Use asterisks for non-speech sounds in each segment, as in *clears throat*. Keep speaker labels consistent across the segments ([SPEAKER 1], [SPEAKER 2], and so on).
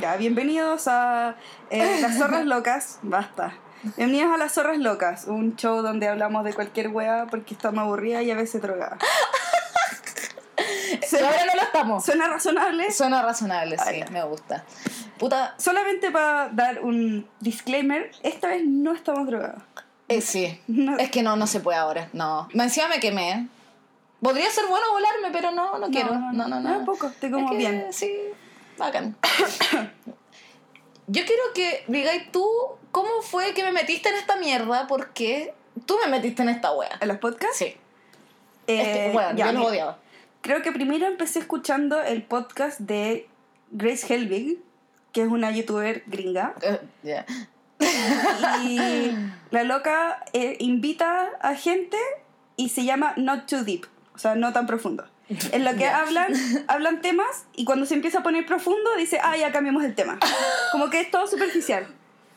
[SPEAKER 1] Ya, bienvenidos a eh, Las Zorras Locas. Basta. Bienvenidos a Las Zorras Locas, un show donde hablamos de cualquier wea porque estamos aburridas y a veces
[SPEAKER 2] *laughs*
[SPEAKER 1] drogadas.
[SPEAKER 2] Sí, ahora no lo estamos.
[SPEAKER 1] ¿Suena razonable?
[SPEAKER 2] Suena razonable, sí,
[SPEAKER 1] Ah, ya.
[SPEAKER 2] me gusta. Puta,
[SPEAKER 1] Solamente para dar un disclaimer, esta vez no estamos drogadas.
[SPEAKER 2] eh, sí.
[SPEAKER 1] No.
[SPEAKER 2] Es que no, no se puede ahora, no. Me encima me quemé. Podría ser bueno volarme, pero no, no quiero. No, no, no.
[SPEAKER 1] tampoco, te
[SPEAKER 2] Es
[SPEAKER 1] como
[SPEAKER 2] que,
[SPEAKER 1] bien.
[SPEAKER 2] Sí, bacán. Yo quiero que digáis tú cómo fue que me metiste en esta mierda, porque tú me metiste en esta wea.
[SPEAKER 1] ¿En los podcasts?
[SPEAKER 2] Sí.
[SPEAKER 1] Eh,
[SPEAKER 2] es que, bueno,
[SPEAKER 1] ya,
[SPEAKER 2] yo lo
[SPEAKER 1] mira.
[SPEAKER 2] odiaba.
[SPEAKER 1] Creo que primero empecé escuchando el podcast de Grace Helbig, que es una youtuber gringa.
[SPEAKER 2] Eh, ya.
[SPEAKER 1] Y la loca eh, invita a gente y se llama Not Too Deep, o sea, no tan profundo. En lo que
[SPEAKER 2] Ya.
[SPEAKER 1] hablan, hablan temas y cuando se empieza a poner profundo dice, ah, ya cambiamos el tema. Como que es todo superficial.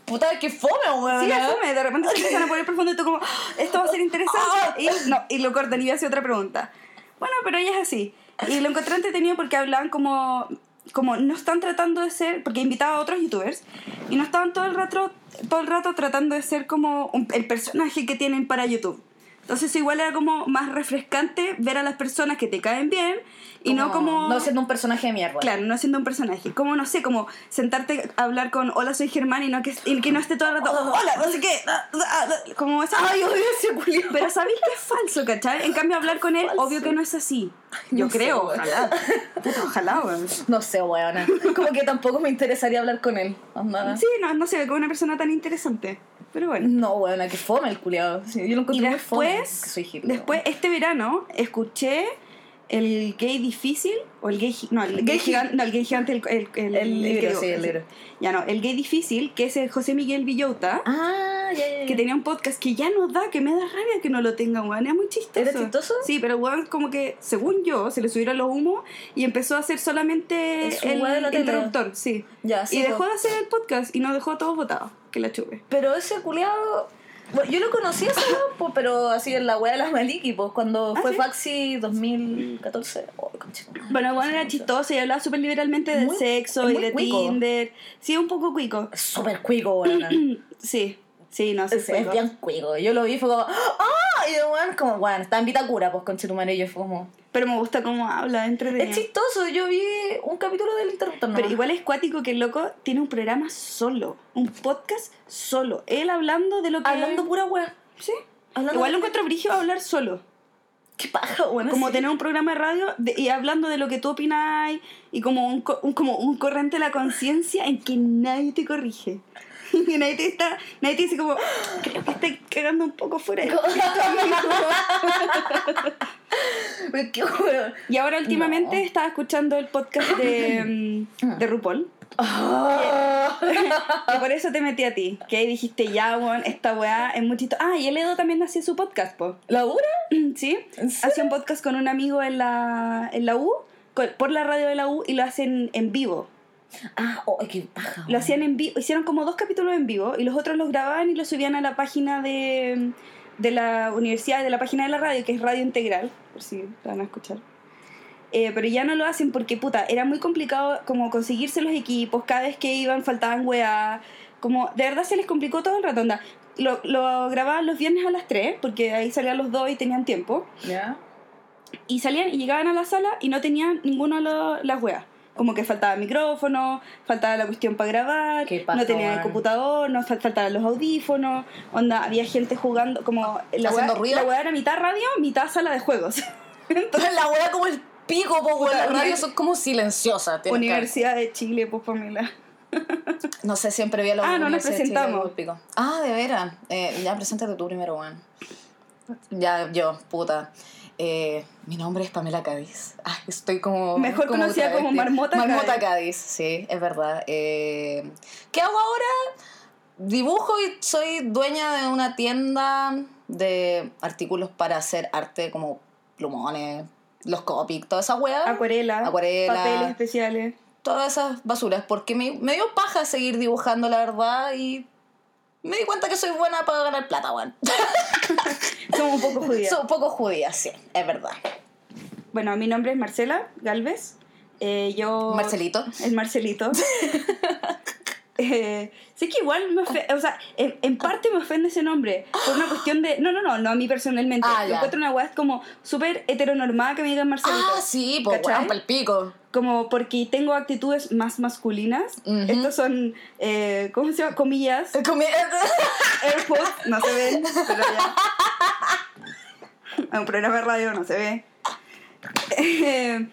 [SPEAKER 2] Puta, que fome, weón.
[SPEAKER 1] Sí, asume, de repente se empiezan a poner profundo y tú como, "Ah, esto va a ser interesante. Y, no, y lo cortan y hace otra pregunta. Bueno, pero ella es así. Y lo encontré entretenido porque hablaban como, como no están tratando de ser, porque invitaba a otros youtubers, y no estaban todo el rato, todo el rato tratando de ser como un- el personaje que tienen para YouTube. Entonces igual era como más refrescante ver a las personas que te caen bien y no como...
[SPEAKER 2] No siendo un personaje de mierda.
[SPEAKER 1] Claro, no siendo un personaje. Como, no sé, como sentarte a hablar con hola, soy Germán y no que, y que no esté todo el rato, "Oh, hola, no sé qué. ah, ah, ah", Como esa. *laughs*
[SPEAKER 2] Ay, odio ese culiao.
[SPEAKER 1] Pero sabéis que es falso, ¿cachai? En cambio, hablar con él,
[SPEAKER 2] Falso.
[SPEAKER 1] obvio que no es así. Yo
[SPEAKER 2] No sé,
[SPEAKER 1] creo,
[SPEAKER 2] weón.
[SPEAKER 1] ojalá. Puta, ojalá, weón.
[SPEAKER 2] No sé, weona. Como que tampoco me interesaría hablar con él. Onda.
[SPEAKER 1] Sí, no, no se ve como una persona tan interesante. Pero bueno.
[SPEAKER 2] No, weona, que fome el culiao. Sí, yo lo encuentro
[SPEAKER 1] Y
[SPEAKER 2] muy fome.
[SPEAKER 1] después,
[SPEAKER 2] que soy hippie,
[SPEAKER 1] después este verano, escuché el gay difícil, o el gay, gi- no, el gay
[SPEAKER 2] Gay
[SPEAKER 1] gigante, no, el gay gigante, el, el, el- el
[SPEAKER 2] weón. el
[SPEAKER 1] que
[SPEAKER 2] libro,
[SPEAKER 1] digo,
[SPEAKER 2] sí, el libro.
[SPEAKER 1] Ya no, el gay difícil, que es el José Miguel Villota.
[SPEAKER 2] Ah, ya, ya, ya.
[SPEAKER 1] que tenía un podcast que ya no da, que me da rabia que no lo tenga, weón. Era muy chistoso.
[SPEAKER 2] ¿Era chistoso?
[SPEAKER 1] Sí, pero weón, como que, según yo, se le subieron los humos y empezó a hacer solamente
[SPEAKER 2] Es un
[SPEAKER 1] el
[SPEAKER 2] weón de la tele.
[SPEAKER 1] interruptor, sí.
[SPEAKER 2] Ya, sí.
[SPEAKER 1] y dejó
[SPEAKER 2] po.
[SPEAKER 1] de hacer el podcast y nos dejó a todos votados. Que la chuve.
[SPEAKER 2] Pero ese culiao. bueno, yo lo conocí *coughs* hace tiempo, pero así en la wea de las Maliki, pues, cuando
[SPEAKER 1] Ah,
[SPEAKER 2] fue
[SPEAKER 1] ¿sí?
[SPEAKER 2] Faxi 2014. Oh, concha.
[SPEAKER 1] Bueno, bueno, era chistoso y hablaba súper liberalmente del
[SPEAKER 2] Muy-
[SPEAKER 1] sexo
[SPEAKER 2] es
[SPEAKER 1] y
[SPEAKER 2] muy
[SPEAKER 1] de
[SPEAKER 2] cuico.
[SPEAKER 1] Tinder. Sí, un poco cuico.
[SPEAKER 2] Es súper cuico, *coughs* weona.
[SPEAKER 1] Sí, sí, no sé.
[SPEAKER 2] Es, es bien cuico. Yo lo vi y fue como, ¡ah! Y el weón, como, weón, está en Vitacura, pues, conchetumare. Y yo fue como,
[SPEAKER 1] Pero me gusta cómo habla, entretenido.
[SPEAKER 2] Es chistoso, yo vi un capítulo del interruptor.
[SPEAKER 1] Pero
[SPEAKER 2] nomás.
[SPEAKER 1] igual es cuático que el loco tiene un programa solo, un podcast solo. Él hablando de lo que.
[SPEAKER 2] Ah, hablando pura weá.
[SPEAKER 1] Sí.
[SPEAKER 2] Hablando
[SPEAKER 1] Igual lo
[SPEAKER 2] de-
[SPEAKER 1] encuentro brigio hablar solo.
[SPEAKER 2] qué paja, weón.
[SPEAKER 1] Como
[SPEAKER 2] así.
[SPEAKER 1] tener un programa de radio de- y hablando de lo que tú opináis y como un, co- un- como un corriente de la conciencia en que nadie te corrige. *laughs* Y nadie te, está, nadie te dice como, creo que estás cagando un poco fuera de
[SPEAKER 2] *laughs* Pero *laughs* qué weón.
[SPEAKER 1] Y ahora últimamente
[SPEAKER 2] No.
[SPEAKER 1] estaba escuchando el podcast de, mm, de RuPaul.
[SPEAKER 2] Ah.
[SPEAKER 1] Y por eso te metí a ti. Que ahí dijiste, ya, weón, esta weá es muy chistosa. Ah, y el Edo también hacía su podcast, po.
[SPEAKER 2] ¿La dura?
[SPEAKER 1] *clears throat* ¿Sí? Hacía un podcast con un amigo en la, en la U, con- por la radio de la U, y lo hacen en vivo.
[SPEAKER 2] *laughs* Ah, oh, qué paja.
[SPEAKER 1] Lo hacían en vivo, hicieron como dos capítulos en vivo, y los otros los grababan y los subían a la página de, de la universidad, de la página de la radio, que es Radio Integral, por si la van a escuchar. Eh, pero ya no lo hacen porque, puta, era muy complicado como conseguirse los equipos, cada vez que iban faltaban weá, como de verdad se les complicó todo el rato, onda. Lo, lo grababan los viernes a las 3, porque ahí salían los dos y tenían tiempo
[SPEAKER 2] ¿Ya? *laughs*
[SPEAKER 1] y salían y llegaban a la sala y no tenían ninguno de los- las weas. Como que faltaba micrófono, faltaba la cuestión para grabar,
[SPEAKER 2] Qué paja,
[SPEAKER 1] no tenían el
[SPEAKER 2] weón.
[SPEAKER 1] computador, no fal- faltaban los audífonos, onda, había gente jugando, como la wea,
[SPEAKER 2] ¿Haciendo ruido?
[SPEAKER 1] la wea era mitad radio, mitad sala de
[SPEAKER 2] *laughs*
[SPEAKER 1] juegos. Entonces,
[SPEAKER 2] La weá como el pico, po, weón.
[SPEAKER 1] Puta,
[SPEAKER 2] Las
[SPEAKER 1] uni-
[SPEAKER 2] radios son como silenciosas. tienen que-
[SPEAKER 1] Universidad de Chile, pues Pamela.
[SPEAKER 2] No sé, siempre vi a los
[SPEAKER 1] Ah, no, nos
[SPEAKER 2] universidades chicas
[SPEAKER 1] presentamos.
[SPEAKER 2] como el pico. Ah, de veras. Eh, ya, preséntate tú primero, weón. Ya, yo, puta. Eh, mi nombre es Pamela Cádiz. Ah, estoy como.
[SPEAKER 1] Mejor
[SPEAKER 2] como
[SPEAKER 1] conocida
[SPEAKER 2] travesti.
[SPEAKER 1] como Marmota
[SPEAKER 2] Marmota
[SPEAKER 1] Cádiz.
[SPEAKER 2] Cádiz. sí, es verdad. Eh, ¿Qué hago ahora? Dibujo y soy dueña de una tienda de artículos para hacer arte, como plumones, los copics, toda esa weá
[SPEAKER 1] Ah, Acuarela,
[SPEAKER 2] Ah. Acuarela.
[SPEAKER 1] papeles especiales.
[SPEAKER 2] todas esas basuras, porque me, me dio paja seguir dibujando, la verdad, y me di cuenta que soy buena para ganar plata, weón. *laughs*
[SPEAKER 1] Somos un poco judías.
[SPEAKER 2] Soy un poco judía, sí, es verdad.
[SPEAKER 1] Bueno, mi nombre es Marcela Galvez. eh, yo...
[SPEAKER 2] Marcelito.
[SPEAKER 1] El
[SPEAKER 2] *laughs*
[SPEAKER 1] Marcelito. Eh, sé que igual me ofende, o sea, en, en parte me ofende ese nombre, por una cuestión de, no, no, no, no a mí personalmente,
[SPEAKER 2] Ah,
[SPEAKER 1] Yo
[SPEAKER 2] ya.
[SPEAKER 1] encuentro una weá como súper heteronormada que me digan Marcelito,
[SPEAKER 2] Ah, sí, pues
[SPEAKER 1] ¿Cachai?
[SPEAKER 2] weón, pa'l pico.
[SPEAKER 1] como porque tengo actitudes más masculinas,
[SPEAKER 2] Ujú.
[SPEAKER 1] estos son, eh, ¿cómo se llama? Comillas,
[SPEAKER 2] Comi- *laughs*
[SPEAKER 1] AirPods, no se ven, pero ya. En un programa de radio no se ve. Eh,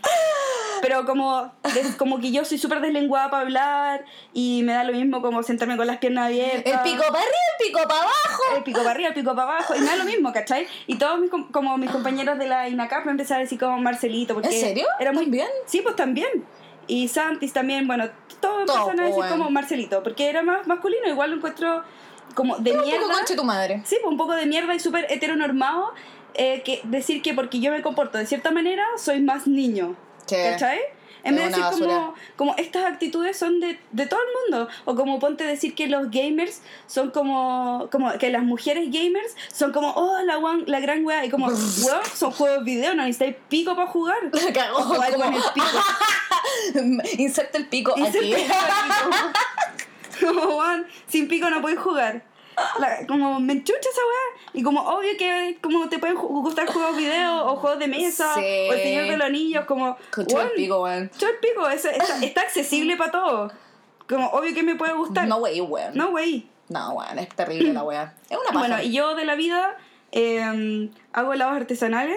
[SPEAKER 1] Pero como, des- como que yo soy súper deslenguada para hablar y me da lo mismo como sentarme con las piernas abiertas. Eh,
[SPEAKER 2] El pico para arriba, el pico para abajo.
[SPEAKER 1] El pico para arriba, el pico para abajo. Y me da lo mismo, ¿cachai? Y todos mis, com- como mis compañeros de la INACAP me empezaron a decir como Marcelito. Porque
[SPEAKER 2] ¿En serio?
[SPEAKER 1] Era muy
[SPEAKER 2] ¿También?
[SPEAKER 1] Sí, pues también. Y Santis también, bueno, todos
[SPEAKER 2] Todo,
[SPEAKER 1] empezaron a decir
[SPEAKER 2] pues, bueno.
[SPEAKER 1] como Marcelito. Porque era más masculino, igual lo encuentro como de
[SPEAKER 2] Un poco
[SPEAKER 1] mierda.
[SPEAKER 2] conche tu madre.
[SPEAKER 1] Sí, pues un poco de mierda y súper heteronormado eh, que decir que porque yo me comporto de cierta manera soy más niño.
[SPEAKER 2] Sí. *laughs*
[SPEAKER 1] ¿Cachai? En vez
[SPEAKER 2] Eh, Es
[SPEAKER 1] de
[SPEAKER 2] una
[SPEAKER 1] decir como,
[SPEAKER 2] basura.
[SPEAKER 1] como estas actitudes son de, de todo el mundo. O como ponte a decir que los gamers son como, como que las mujeres gamers son como, oh, la, guan- la gran wea. Y
[SPEAKER 2] *laughs*
[SPEAKER 1] como, weón, son juegos video, no necesitáis pico para jugar.
[SPEAKER 2] Cagó,
[SPEAKER 1] O jugar
[SPEAKER 2] como-
[SPEAKER 1] con el pico.
[SPEAKER 2] *laughs* Inserta el pico
[SPEAKER 1] Y se
[SPEAKER 2] aquí. *laughs*
[SPEAKER 1] pega aquí, como- *laughs* como, weón, sin pico no podéis jugar. La- como me enchucha esa weá. Y como obvio que como te pueden ju- gustar juegos video o juegos de mesa
[SPEAKER 2] Sí.
[SPEAKER 1] o el señor de los anillos, como.
[SPEAKER 2] Con todo el
[SPEAKER 1] weón,
[SPEAKER 2] pico, weón.
[SPEAKER 1] chupa el pico, eso está, está accesible para todo. Como obvio que me puede gustar.
[SPEAKER 2] No, wey, weón.
[SPEAKER 1] No, wey.
[SPEAKER 2] No, weón, es terrible la weá. Es una paja.
[SPEAKER 1] Bueno, y yo de la vida eh, hago helados artesanales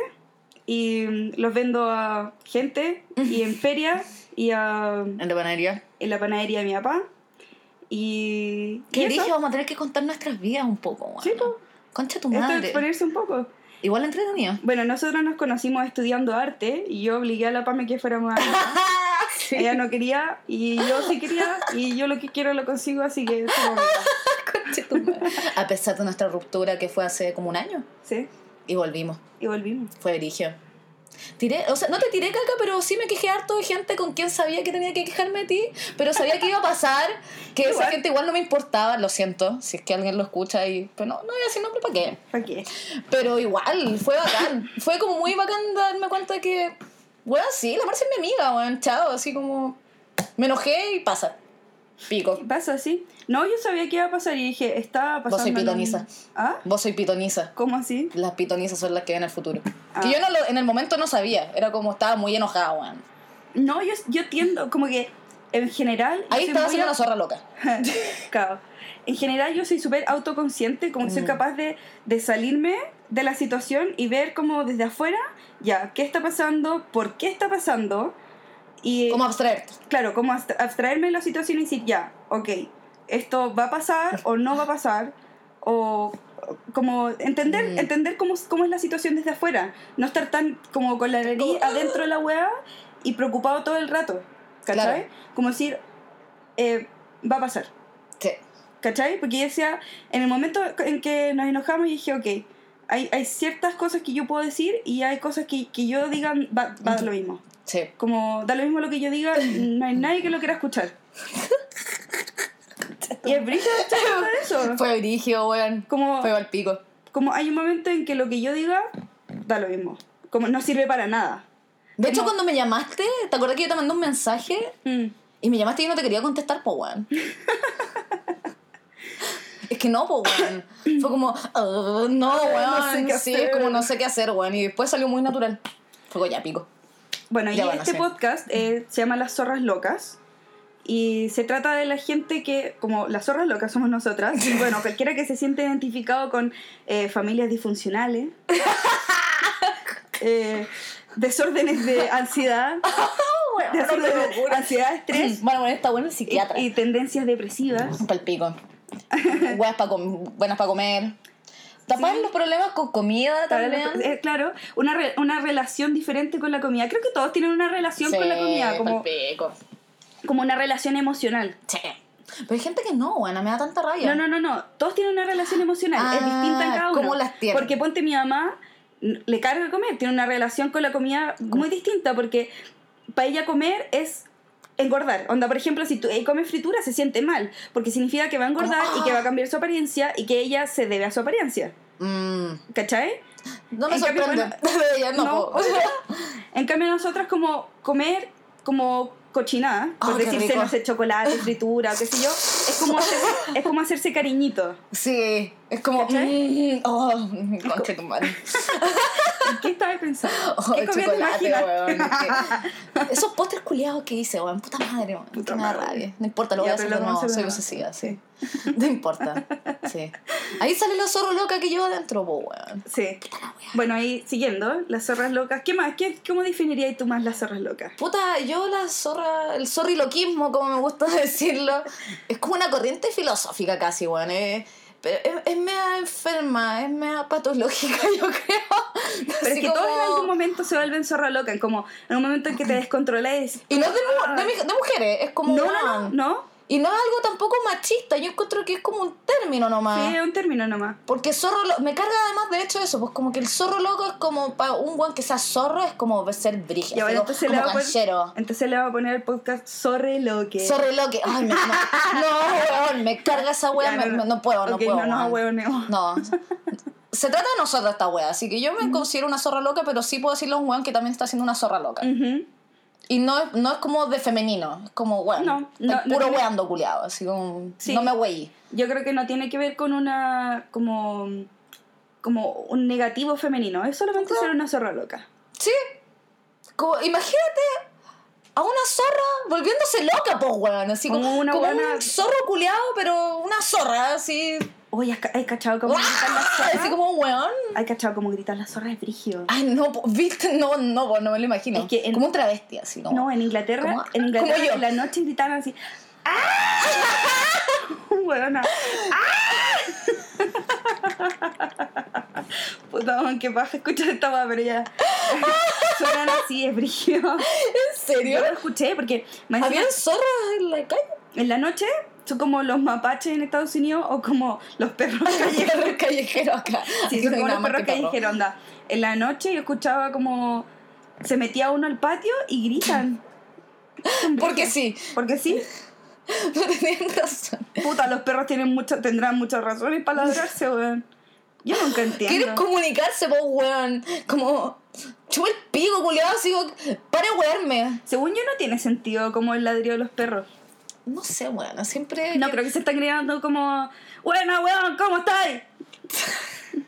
[SPEAKER 1] y mm, los vendo a gente y
[SPEAKER 2] *laughs*
[SPEAKER 1] en feria y a
[SPEAKER 2] En la panadería.
[SPEAKER 1] en la panadería de mi papá. Y. y
[SPEAKER 2] Qué
[SPEAKER 1] eso,
[SPEAKER 2] dije, vamos a tener que contar nuestras vidas un poco, weón.
[SPEAKER 1] Sí, po.
[SPEAKER 2] Concha tu
[SPEAKER 1] Esto es
[SPEAKER 2] madre.
[SPEAKER 1] exponerse un poco.
[SPEAKER 2] Igual entretenido. *laughs*
[SPEAKER 1] Bueno, nosotros nos conocimos estudiando arte y yo obligué a la PAME que fuéramos
[SPEAKER 2] *laughs*
[SPEAKER 1] a. Ella no quería y yo sí quería y yo lo que quiero lo consigo, así que. eso es bonito.
[SPEAKER 2] Concha tu madre. a pesar de nuestra ruptura que fue hace como un año.
[SPEAKER 1] Sí,
[SPEAKER 2] Y volvimos.
[SPEAKER 1] y volvimos.
[SPEAKER 2] Fue brigio. Tiré, o sea, no te tiré caca, pero sí me quejé harto de gente con quien sabía que tenía que quejarme de ti, pero sabía que iba a pasar, que esa
[SPEAKER 1] Igual.
[SPEAKER 2] gente igual no me importaba, lo siento, si es que alguien lo escucha y... Pero no, no voy a decir nombre para qué.
[SPEAKER 1] ¿Para qué?
[SPEAKER 2] Pero igual, fue bacán. fue como muy bacán darme cuenta de que, weón, sí, la Marcia es mi amiga, weón, chao, así como... Me enojé y pasa. Pico.
[SPEAKER 1] ¿Pasa así? No, yo sabía que iba a pasar y dije, estaba pasando.
[SPEAKER 2] Vos soy
[SPEAKER 1] en un-
[SPEAKER 2] pitoniza.
[SPEAKER 1] ¿Ah?
[SPEAKER 2] Vos soy pitoniza.
[SPEAKER 1] ¿Cómo así?
[SPEAKER 2] Las pitonizas son las que ven el futuro.
[SPEAKER 1] Ah.
[SPEAKER 2] Que yo no lo- en el momento no sabía, era como estaba muy enojada, weón.
[SPEAKER 1] No, yo, yo entiendo, como que en general. yo
[SPEAKER 2] Ahí
[SPEAKER 1] soy
[SPEAKER 2] estaba
[SPEAKER 1] muy
[SPEAKER 2] haciendo una zorra loca.
[SPEAKER 1] *laughs* Claro. En general yo soy súper autoconsciente, como que soy capaz de, de salirme de la situación y ver como desde afuera, ya, qué está pasando, por qué está pasando, y
[SPEAKER 2] Como abstraerte.
[SPEAKER 1] claro, como abst- abstraerme de la situación y decir, ya, ok, esto va a pasar o no va a pasar, o o como entender,
[SPEAKER 2] Mm.
[SPEAKER 1] entender cómo, es- cómo es la situación desde afuera, no estar tan como con la nariz adentro de la hueá y preocupado todo el rato, ¿cachai? Como decir, eh, va a pasar.
[SPEAKER 2] Sí.
[SPEAKER 1] ¿Cachai? Porque yo decía, en el momento en que nos enojamos, yo dije, ok, hay, hay ciertas cosas que yo puedo decir y hay cosas que, que yo diga, va, va a dar lo mismo.
[SPEAKER 2] Sí.
[SPEAKER 1] Como da lo mismo lo que yo diga, no hay nadie que lo quiera escuchar. y es brillo
[SPEAKER 2] *laughs*
[SPEAKER 1] de eso.
[SPEAKER 2] Fue brigio, weón.
[SPEAKER 1] Como,
[SPEAKER 2] Fue al pico.
[SPEAKER 1] como hay un momento en que lo que yo diga, da lo mismo. Como no sirve para nada.
[SPEAKER 2] De hecho,
[SPEAKER 1] Como-
[SPEAKER 2] cuando me llamaste, ¿te acordás que yo te mandé un mensaje?
[SPEAKER 1] Mm.
[SPEAKER 2] Y me llamaste y yo no te quería contestar, po,
[SPEAKER 1] *laughs*
[SPEAKER 2] weón. es que no, po, weón. Fue como, "Oh, no,
[SPEAKER 1] No sé
[SPEAKER 2] weón.
[SPEAKER 1] qué
[SPEAKER 2] sí,
[SPEAKER 1] hacer.
[SPEAKER 2] es como no sé qué hacer, weón. Y después salió muy natural. Fue como, ya pico.
[SPEAKER 1] Bueno,
[SPEAKER 2] Ya,
[SPEAKER 1] y
[SPEAKER 2] bueno,
[SPEAKER 1] este
[SPEAKER 2] sí.
[SPEAKER 1] podcast eh, se llama Las Zorras Locas. Y se trata de la gente que, como las zorras locas somos
[SPEAKER 2] *laughs*
[SPEAKER 1] nosotras, y bueno, cualquiera que se siente identificado con eh, familias disfuncionales,
[SPEAKER 2] *laughs*
[SPEAKER 1] eh, desórdenes de
[SPEAKER 2] *laughs*
[SPEAKER 1] ansiedad, Oh, desórdenes de ansiedad, *laughs* estrés
[SPEAKER 2] Bueno, bueno, está bueno el psiquiatra.
[SPEAKER 1] y, y tendencias depresivas. *laughs*
[SPEAKER 2] Pa'l pico. Huevas pa com- buenas para comer. Tapar los problemas con comida también.
[SPEAKER 1] Eh, claro, una, re- una relación diferente con la comida. Creo que todos tienen una relación con eh, la comida, como,
[SPEAKER 2] palpico.
[SPEAKER 1] como una relación emocional.
[SPEAKER 2] Sí. Pero hay gente que no, buena, me da tanta
[SPEAKER 1] No,
[SPEAKER 2] rabia.
[SPEAKER 1] no, no, no. Todos tienen una relación emocional. es
[SPEAKER 2] Ah,
[SPEAKER 1] distinta en cada uno.
[SPEAKER 2] ¿cómo las tienen?
[SPEAKER 1] Porque ponte mi mamá, n- le carga comer. Tiene una relación con la comida
[SPEAKER 2] Mm.
[SPEAKER 1] muy distinta porque para ella comer es engordar. Onda, por ejemplo, si tú ella come fritura se siente mal porque significa que va a engordar
[SPEAKER 2] Como,
[SPEAKER 1] y que va a cambiar su apariencia y que ella se debe a su apariencia.
[SPEAKER 2] Mm,
[SPEAKER 1] ¿Cachai?
[SPEAKER 2] no me
[SPEAKER 1] En cambio,
[SPEAKER 2] sorprende.
[SPEAKER 1] bueno,
[SPEAKER 2] Ya *laughs* no,
[SPEAKER 1] no.
[SPEAKER 2] po.
[SPEAKER 1] En cambio, nosotras como comer, como cochinada, por
[SPEAKER 2] Oh, qué
[SPEAKER 1] decirse,
[SPEAKER 2] rico.
[SPEAKER 1] no sé, chocolate, fritura, o qué sé yo, es como, hacerse, es como hacerse cariñito.
[SPEAKER 2] Sí, es como.
[SPEAKER 1] ¿Cachai?
[SPEAKER 2] mm, oh, conche tu madre.
[SPEAKER 1] ¿Qué estaba pensando?
[SPEAKER 2] *laughs* Oh,
[SPEAKER 1] ¿Qué
[SPEAKER 2] el
[SPEAKER 1] comida te
[SPEAKER 2] chocolate,
[SPEAKER 1] imaginas?
[SPEAKER 2] weón. es que- *laughs* Esos postres culiados que hice, weón. Puta madre, weón.
[SPEAKER 1] Puta
[SPEAKER 2] que me da
[SPEAKER 1] madre.
[SPEAKER 2] rabia. No importa, lo voy
[SPEAKER 1] Ya,
[SPEAKER 2] a hacer
[SPEAKER 1] pero lo
[SPEAKER 2] de
[SPEAKER 1] vamos a
[SPEAKER 2] nuevo.
[SPEAKER 1] hacer
[SPEAKER 2] Soy
[SPEAKER 1] de
[SPEAKER 2] obsesiva, sí. No importa. Sí. Ahí sale la zorro loca que llevo adentro, po, weón.
[SPEAKER 1] *laughs* Sí.
[SPEAKER 2] Puta la wea.
[SPEAKER 1] Bueno, ahí siguiendo, las zorras locas. ¿Qué más? ¿Qué, ¿Cómo definirías tú más las zorras locas?
[SPEAKER 2] Puta, yo la zorra, el zorriloquismo, como me gusta *laughs* decirlo, es como una corriente filosófica casi, weón. eh. Pero es, es mea enferma, es mea patológica, *laughs* yo creo.
[SPEAKER 1] Pero es
[SPEAKER 2] Así
[SPEAKER 1] que todos en
[SPEAKER 2] como-
[SPEAKER 1] algún momento se vuelven zorra loca, en como en un momento en que te descontrolas.
[SPEAKER 2] Y no es de, mu- de, mi- de mujeres, es como...
[SPEAKER 1] Ah. No, no,
[SPEAKER 2] weón.
[SPEAKER 1] no, no.
[SPEAKER 2] Y no es algo tampoco machista, yo encuentro que es como un término nomás.
[SPEAKER 1] Sí, es un término nomás.
[SPEAKER 2] Porque zorro loco, me carga además de hecho eso, pues como que el zorro loco es como para un guan que sea zorro, es como ser brígido,
[SPEAKER 1] Y ahora
[SPEAKER 2] así
[SPEAKER 1] entonces
[SPEAKER 2] como,
[SPEAKER 1] le
[SPEAKER 2] como
[SPEAKER 1] va a poner-
[SPEAKER 2] canchero.
[SPEAKER 1] Entonces le vamos a poner el podcast Zorre Loque.
[SPEAKER 2] Zorro loco, ay, me, no, no, weón, me carga esa wea,
[SPEAKER 1] Ya,
[SPEAKER 2] me- me- no, puedo, no
[SPEAKER 1] Ok,
[SPEAKER 2] puedo.
[SPEAKER 1] No, no,
[SPEAKER 2] weón.
[SPEAKER 1] hueoneo.
[SPEAKER 2] No. Se trata de nosotros esta wea, así que yo me considero una zorra loca, pero sí puedo decirle a un weón que también está siendo una zorra loca.
[SPEAKER 1] Ujú.
[SPEAKER 2] Y no, es- no es como de femenino, es como weón.
[SPEAKER 1] No, no,
[SPEAKER 2] estoy
[SPEAKER 1] no
[SPEAKER 2] puro
[SPEAKER 1] tiene-
[SPEAKER 2] weando culiado, así como,
[SPEAKER 1] Sí.
[SPEAKER 2] no me weí.
[SPEAKER 1] Yo creo que no tiene que ver con una. como. como un negativo femenino. Es solamente ser una zorra loca.
[SPEAKER 2] Sí. Como, imagínate a una zorra volviéndose loca, po, weón. Así como,
[SPEAKER 1] Como una
[SPEAKER 2] como
[SPEAKER 1] buena-
[SPEAKER 2] un zorro culeado, pero una zorra, así.
[SPEAKER 1] Oye, ¿has ca- ¿has cachado cómo gritan las
[SPEAKER 2] ¡Ah! Así
[SPEAKER 1] zorras?
[SPEAKER 2] como, weón.
[SPEAKER 1] ¿Has cachado cómo gritan las zorras? Es brígido.
[SPEAKER 2] Ay, no, po, viste, no, no, po, no me lo imagino.
[SPEAKER 1] Es que en-
[SPEAKER 2] Como un travesti, así como.
[SPEAKER 1] No, en Inglaterra,
[SPEAKER 2] ¿Cómo?
[SPEAKER 1] en Inglaterra
[SPEAKER 2] Como yo.
[SPEAKER 1] en la noche gritaban así. ¡Ah! *laughs* Hueona. ¡Ah! *laughs* Puta, man, qué paja escuchar esta weá, pero ya. Suenan así, es brígido.
[SPEAKER 2] ¿En
[SPEAKER 1] Yo
[SPEAKER 2] serio?
[SPEAKER 1] lo escuché porque más encima,
[SPEAKER 2] ¿Habían zorras en
[SPEAKER 1] *laughs*
[SPEAKER 2] la calle?
[SPEAKER 1] en la noche son como los mapaches en Estados Unidos o como los
[SPEAKER 2] *laughs*
[SPEAKER 1] perros callejeros.
[SPEAKER 2] Perros callejeros acá.
[SPEAKER 1] Sí,
[SPEAKER 2] Aquí
[SPEAKER 1] son
[SPEAKER 2] no hay
[SPEAKER 1] como
[SPEAKER 2] nada
[SPEAKER 1] los
[SPEAKER 2] más
[SPEAKER 1] perros
[SPEAKER 2] que perro.
[SPEAKER 1] callejeros, onda. En la noche yo escuchaba como se metía uno al patio y gritan. Son
[SPEAKER 2] Porque
[SPEAKER 1] brígidos.
[SPEAKER 2] sí, *laughs*
[SPEAKER 1] Porque sí.
[SPEAKER 2] no tenían razón.
[SPEAKER 1] Puta, los perros tienen mucho, tendrán muchas razones para ladrarse, weón. Yo nunca
[SPEAKER 2] Quieren
[SPEAKER 1] entiendo.
[SPEAKER 2] comunicarse, po, weón. Como, chupa el pico, culiado, así como, para de wearme.
[SPEAKER 1] Según yo no tiene sentido como el ladrido de los perros.
[SPEAKER 2] No sé, bueno, siempre.
[SPEAKER 1] No, creo que se están gritando como, buena, weón, ¿cómo
[SPEAKER 2] *laughs*
[SPEAKER 1] estáis?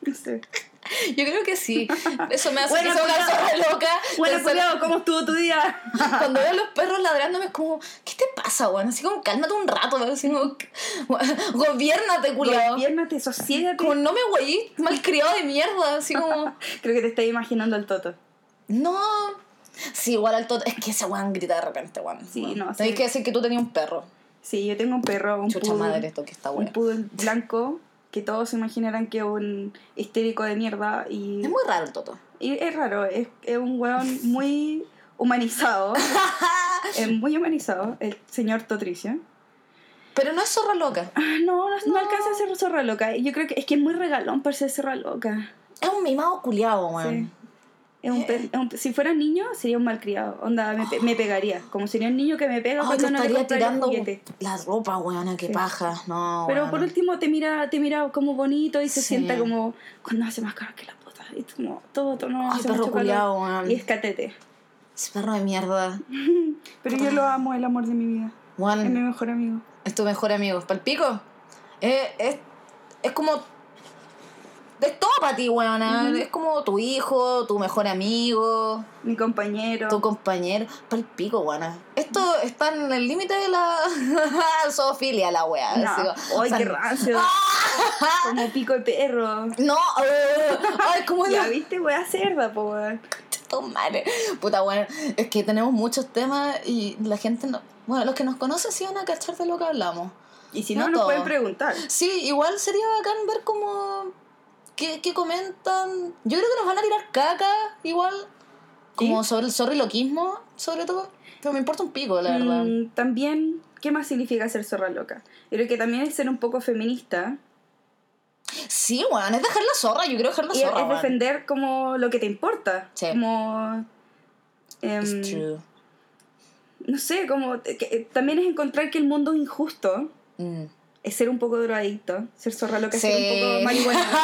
[SPEAKER 1] No sé.
[SPEAKER 2] Yo creo
[SPEAKER 1] *laughs*
[SPEAKER 2] que sí. Eso me hace
[SPEAKER 1] Bueno,
[SPEAKER 2] que sea una
[SPEAKER 1] cuidado.
[SPEAKER 2] zorra loca.
[SPEAKER 1] Bueno,
[SPEAKER 2] Pensar-
[SPEAKER 1] cuidado, ¿cómo estuvo tu día?
[SPEAKER 2] *laughs* Cuando veo a los perros ladrándome es como, ¿qué te pasa, weón? Así como, cálmate un rato, weón. Así como, *laughs* gobiernate, culiado.
[SPEAKER 1] Gobiernate, sosiégate.
[SPEAKER 2] Como, no me güey, malcriado de mierda. Así como,
[SPEAKER 1] *laughs* Creo que te estás imaginando el toto.
[SPEAKER 2] no. Sí, igual al toto. Es que ese weón grita de repente, weón.
[SPEAKER 1] Sí,
[SPEAKER 2] Weón.
[SPEAKER 1] no,
[SPEAKER 2] Tenés
[SPEAKER 1] sí.
[SPEAKER 2] que decir que tú tenías un perro.
[SPEAKER 1] Sí, yo tengo un perro, un
[SPEAKER 2] Chucha
[SPEAKER 1] poodle,
[SPEAKER 2] madre, esto que está
[SPEAKER 1] un
[SPEAKER 2] bueno.
[SPEAKER 1] poodle blanco, que todos se imaginarán que es un histérico de mierda y...
[SPEAKER 2] Es muy raro el toto.
[SPEAKER 1] Y es raro, es, es un weón muy
[SPEAKER 2] *laughs*
[SPEAKER 1] humanizado. es muy humanizado, el señor Totricio.
[SPEAKER 2] Pero no es zorra loca.
[SPEAKER 1] Ah, no, no, no
[SPEAKER 2] No.
[SPEAKER 1] alcanza a ser zorra loca. Yo creo que es que es muy regalón para ser zorra loca.
[SPEAKER 2] Es un mimado culiado, weón.
[SPEAKER 1] Es
[SPEAKER 2] Eh.
[SPEAKER 1] un pe- es un pe- si fuera niño, sería un malcriado. Onda, me, pe- me pegaría. Como sería un niño que me pega
[SPEAKER 2] Ay,
[SPEAKER 1] cuando
[SPEAKER 2] Ah, te
[SPEAKER 1] no le
[SPEAKER 2] estaría
[SPEAKER 1] compraría un
[SPEAKER 2] tirando
[SPEAKER 1] juguete.
[SPEAKER 2] la ropa, weona, qué
[SPEAKER 1] Sí.
[SPEAKER 2] paja. No,
[SPEAKER 1] Pero
[SPEAKER 2] weona.
[SPEAKER 1] por último te mira, te mira como bonito y se
[SPEAKER 2] Sí.
[SPEAKER 1] sienta como cuando hace más calor que la puta. Y tú como todo, todo no
[SPEAKER 2] Ay,
[SPEAKER 1] hace
[SPEAKER 2] perro
[SPEAKER 1] mucho calor.
[SPEAKER 2] culiao, weón.
[SPEAKER 1] Y es catete.
[SPEAKER 2] Ese perro de mierda.
[SPEAKER 1] Pero yo lo amo, el amor de mi vida. Es mi
[SPEAKER 2] Weón,
[SPEAKER 1] mejor amigo.
[SPEAKER 2] es tu mejor amigo. ¿Palpico? Eh, es, es como... Es todo para ti, weona.
[SPEAKER 1] Ujú.
[SPEAKER 2] Es como tu hijo, tu mejor amigo,
[SPEAKER 1] mi compañero.
[SPEAKER 2] tu compañero. Palpico, weona. Esto está en el límite de la *laughs* zoofilia, la wea.
[SPEAKER 1] No.
[SPEAKER 2] Así, o
[SPEAKER 1] Ay,
[SPEAKER 2] sea,
[SPEAKER 1] qué rancio.
[SPEAKER 2] *laughs*
[SPEAKER 1] Como pico de perro.
[SPEAKER 2] No, *laughs* eh, ay, como
[SPEAKER 1] Ya
[SPEAKER 2] de
[SPEAKER 1] viste, wea cerda, po. weón.
[SPEAKER 2] tu madre. Puta, bueno, es que tenemos muchos temas y la gente no. Bueno, los que nos conocen sí van a cachar de lo que hablamos.
[SPEAKER 1] Y si no,
[SPEAKER 2] No
[SPEAKER 1] nos
[SPEAKER 2] todo.
[SPEAKER 1] pueden preguntar.
[SPEAKER 2] Sí, igual sería bacán ver cómo. ¿Qué, qué comentan? Yo creo que nos van a tirar caca, igual. Como sobre el zorriloquismo, sobre todo. Pero me importa un pico, la verdad.
[SPEAKER 1] Mm, también, ¿qué más significa ser zorra loca? Yo creo que también es ser un poco feminista.
[SPEAKER 2] Sí, weón, es dejar la zorra, yo quiero dejar la
[SPEAKER 1] y es-
[SPEAKER 2] zorra.
[SPEAKER 1] es
[SPEAKER 2] weón.
[SPEAKER 1] defender como lo que te importa.
[SPEAKER 2] Sí.
[SPEAKER 1] Como... em,
[SPEAKER 2] It's true.
[SPEAKER 1] no sé, como... eh, que- que también es encontrar que el mundo es injusto.
[SPEAKER 2] Mm.
[SPEAKER 1] Es ser un poco drogadicto. Ser zorra loca es
[SPEAKER 2] Sí.
[SPEAKER 1] *laughs* ser un poco marihuana.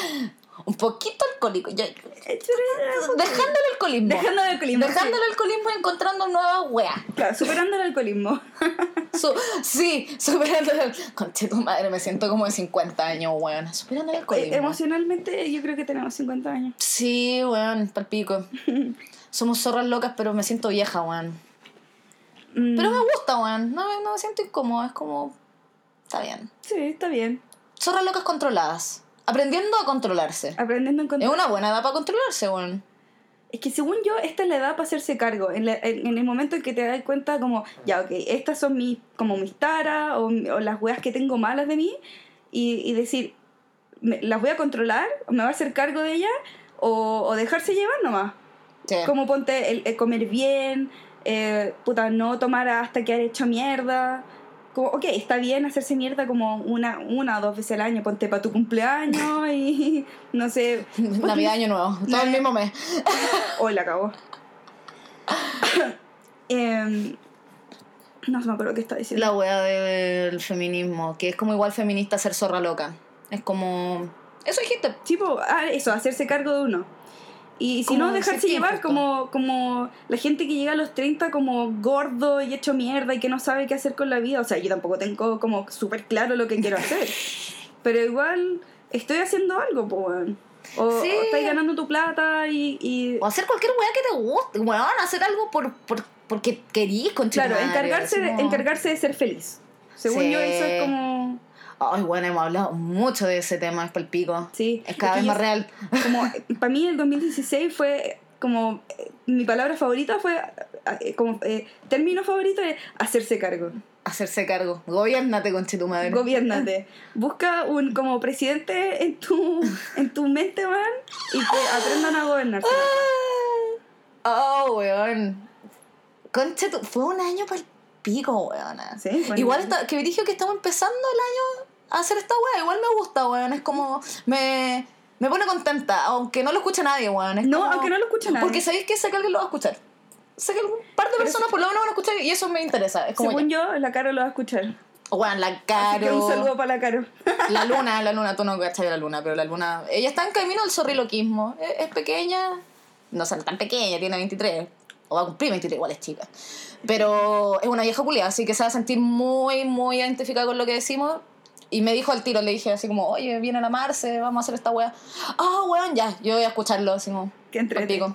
[SPEAKER 2] *laughs* un poquito alcohólico. Ya- dejando el alcoholismo.
[SPEAKER 1] Dejando el alcoholismo,
[SPEAKER 2] Dejando el alcoholismo y encontrando nuevas weas.
[SPEAKER 1] Claro, superando el alcoholismo.
[SPEAKER 2] Su- sí, superando el alcoholismo. Conche tu madre, me siento como de 50 años, weón. Superando el *laughs* alcoholismo.
[SPEAKER 1] Eh, Emocionalmente yo creo que tenemos 50 años.
[SPEAKER 2] Sí, weón, palpico. Somos zorras locas, pero me siento vieja, weón.
[SPEAKER 1] Mm,
[SPEAKER 2] Pero me gusta, weón. No, no me siento incómoda, es como. Está bien.
[SPEAKER 1] Sí, está bien.
[SPEAKER 2] Zorras locas controladas. Aprendiendo a controlarse.
[SPEAKER 1] Aprendiendo a
[SPEAKER 2] Es
[SPEAKER 1] encontrar...
[SPEAKER 2] una buena edad para controlarse, weón.
[SPEAKER 1] Es que según yo, esta es la edad para hacerse cargo. En, la- en- en el momento en que te das cuenta como, ya, ok, estas son mis, como mis taras o, o las weas que tengo malas de mí y, y decir, me- ¿las voy a controlar? ¿Me voy a hacer cargo de ellas? O, o dejarse llevar nomás.
[SPEAKER 2] Sí.
[SPEAKER 1] Como ponte el, el comer bien, eh, puta, no tomar hasta que hecho mierda. Como, ok, está bien hacerse mierda como una, una o dos veces al año, ponte para tu cumpleaños y *laughs* no sé.
[SPEAKER 2] Navidad, Año Nuevo. Todo el mismo mes.
[SPEAKER 1] Hoy la *coughs* acabó. Em, no se me acuerdo qué está diciendo.
[SPEAKER 2] La wea del feminismo, que es como igual feminista ser zorra loca. Es como. Eso dijiste.
[SPEAKER 1] Tipo, ah, eso, hacerse cargo de uno. Y si no,
[SPEAKER 2] Como
[SPEAKER 1] dejarse
[SPEAKER 2] decir,
[SPEAKER 1] llevar
[SPEAKER 2] justo.
[SPEAKER 1] como, como la gente que llega a los 30 como gordo y hecho mierda y que no sabe qué hacer con la vida. O sea, yo tampoco tengo como súper claro lo que
[SPEAKER 2] *laughs*
[SPEAKER 1] quiero hacer. Pero igual estoy haciendo algo, pues. weón. O, o
[SPEAKER 2] Sí.
[SPEAKER 1] estáis ganando tu plata y... y-
[SPEAKER 2] O hacer cualquier wea que te guste. Weón, hacer algo por, por- porque querís con
[SPEAKER 1] claro, encargarse, de- encargarse de ser feliz. Según
[SPEAKER 2] Sí.
[SPEAKER 1] yo, eso es como...
[SPEAKER 2] Ay, bueno, hemos hablado mucho de ese tema, es palpico.
[SPEAKER 1] Sí.
[SPEAKER 2] Es cada
[SPEAKER 1] Lo que
[SPEAKER 2] vez
[SPEAKER 1] yo
[SPEAKER 2] más real.
[SPEAKER 1] como para mí el 2016 fue como eh, mi palabra favorita fue eh, como eh, término favorito es hacerse cargo
[SPEAKER 2] Hacerse cargo. Gobiernate, conche tu madre.
[SPEAKER 1] gobiernate busca un como presidente en tu en tu mente man y que aprendan a gobernar
[SPEAKER 2] Ah. Oh, weón. Conche tu. Fue un año para el pico, weona.
[SPEAKER 1] Sí, fue un
[SPEAKER 2] igual
[SPEAKER 1] año.
[SPEAKER 2] está, que dije que estamos empezando el año a hacer esta weá. Igual me gusta, weón. Es como. Me, me pone contenta, aunque no lo escuche nadie, weón. Es
[SPEAKER 1] No,
[SPEAKER 2] como-
[SPEAKER 1] aunque no lo escuche nadie.
[SPEAKER 2] Porque sabéis que sé que alguien lo va a escuchar. Sé que algún par de personas por lo menos van a escuchar y eso me interesa. Es como.
[SPEAKER 1] según yo la Caro lo va a escuchar
[SPEAKER 2] ya. Weón, la
[SPEAKER 1] Así que
[SPEAKER 2] caro.
[SPEAKER 1] un saludo para la Caro *laughs*
[SPEAKER 2] La luna, la luna, tú no cachai la luna, pero la luna. Ella está en camino al zorriloquismo. Es, es pequeña. No o sea, no tan pequeña, tiene 23. O va a cumplir 23, igual es chica. Pero es una vieja culiada, así que se va a sentir muy, muy identificada con lo que decimos. Y me dijo al tiro, le dije así como, oye, vienen a Marce, vamos a hacer esta wea. Ah, weón, ya, yo voy a escucharlo, así como.
[SPEAKER 1] que entre
[SPEAKER 2] palpico.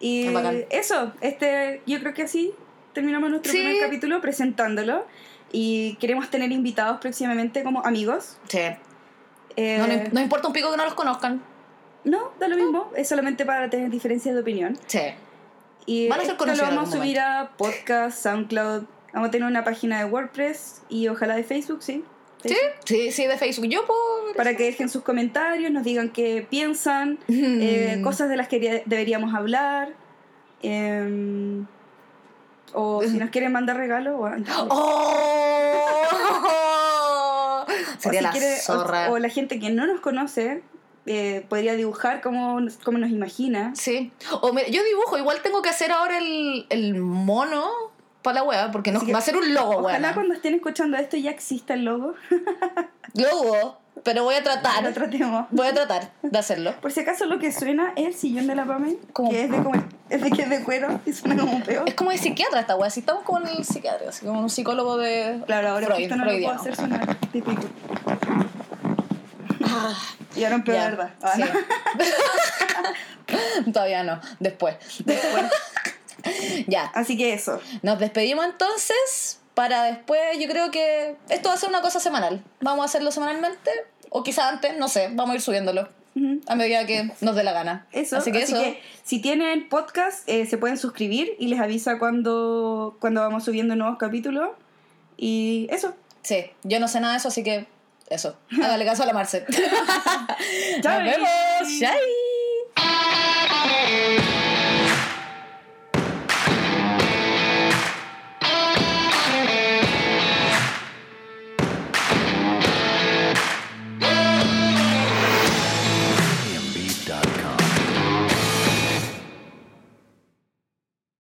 [SPEAKER 1] y
[SPEAKER 2] Qué bacán.
[SPEAKER 1] eso este yo creo que así terminamos nuestro
[SPEAKER 2] Sí.
[SPEAKER 1] primer capítulo presentándolo y queremos tener invitados próximamente como amigos
[SPEAKER 2] Sí.
[SPEAKER 1] Eh,
[SPEAKER 2] No, no- no importa un pico que no los conozcan.
[SPEAKER 1] No, da lo mismo, es solamente para tener diferencias de opinión.
[SPEAKER 2] Sí.
[SPEAKER 1] Y
[SPEAKER 2] Van a ser
[SPEAKER 1] esto lo
[SPEAKER 2] conocidos en
[SPEAKER 1] vamos a
[SPEAKER 2] algún
[SPEAKER 1] subir a podcast, SoundCloud, vamos a tener una página de WordPress y ojalá de Facebook, sí.
[SPEAKER 2] Sí, sí, sí, de Facebook. Yo por.
[SPEAKER 1] Para que dejen sus comentarios, nos digan qué piensan,
[SPEAKER 2] Mm.
[SPEAKER 1] eh, cosas de las que de- deberíamos hablar. em, o si nos quieren mandar regalos, bueno,
[SPEAKER 2] *laughs* ¡Oh!
[SPEAKER 1] o,
[SPEAKER 2] Sería
[SPEAKER 1] si
[SPEAKER 2] la
[SPEAKER 1] quiere- o-
[SPEAKER 2] zorra.
[SPEAKER 1] o la gente que no nos conoce eh, podría dibujar como, como nos imagina.
[SPEAKER 2] Sí. O mira, yo dibujo, igual tengo que hacer ahora el, el mono para la wea, porque no,
[SPEAKER 1] Así que
[SPEAKER 2] va a ser un logo,
[SPEAKER 1] Ojalá
[SPEAKER 2] wea.
[SPEAKER 1] cuando estén escuchando esto ya exista el logo.
[SPEAKER 2] Logo, pero voy a
[SPEAKER 1] *laughs* Lo
[SPEAKER 2] tratar.
[SPEAKER 1] tratemos.
[SPEAKER 2] Voy a tratar de hacerlo.
[SPEAKER 1] Por si acaso lo que suena es el sillón de la Pame,
[SPEAKER 2] Como-
[SPEAKER 1] que es de, como, es de que es de cuero y suena como un peo.
[SPEAKER 2] Es como de psiquiatra esta wea, si estamos como en el psiquiatra, así como un psicólogo de.
[SPEAKER 1] Claro, ahora
[SPEAKER 2] Freud,
[SPEAKER 1] esto no lo puedo
[SPEAKER 2] freudiano.
[SPEAKER 1] hacer sonar típico. Y ahora un peo de
[SPEAKER 2] Ah, Ya,
[SPEAKER 1] verdad. Ah,
[SPEAKER 2] sí.
[SPEAKER 1] no.
[SPEAKER 2] *laughs* Todavía no, después. ya,
[SPEAKER 1] Así que eso.
[SPEAKER 2] Nos despedimos entonces para después, yo creo que esto va a ser una cosa semanal. Vamos a hacerlo semanalmente o quizá antes, no sé, vamos a ir subiéndolo
[SPEAKER 1] Ujú.
[SPEAKER 2] a medida que nos dé la gana.
[SPEAKER 1] Eso,
[SPEAKER 2] así que eso.
[SPEAKER 1] si tienen podcast, eh, se pueden suscribir y les avisa cuando, cuando vamos subiendo nuevos capítulos. Y eso.
[SPEAKER 2] Sí, yo no sé nada de eso, así que eso. Hágale caso a la Marce. nos
[SPEAKER 1] Chao.
[SPEAKER 2] vemos. Chai.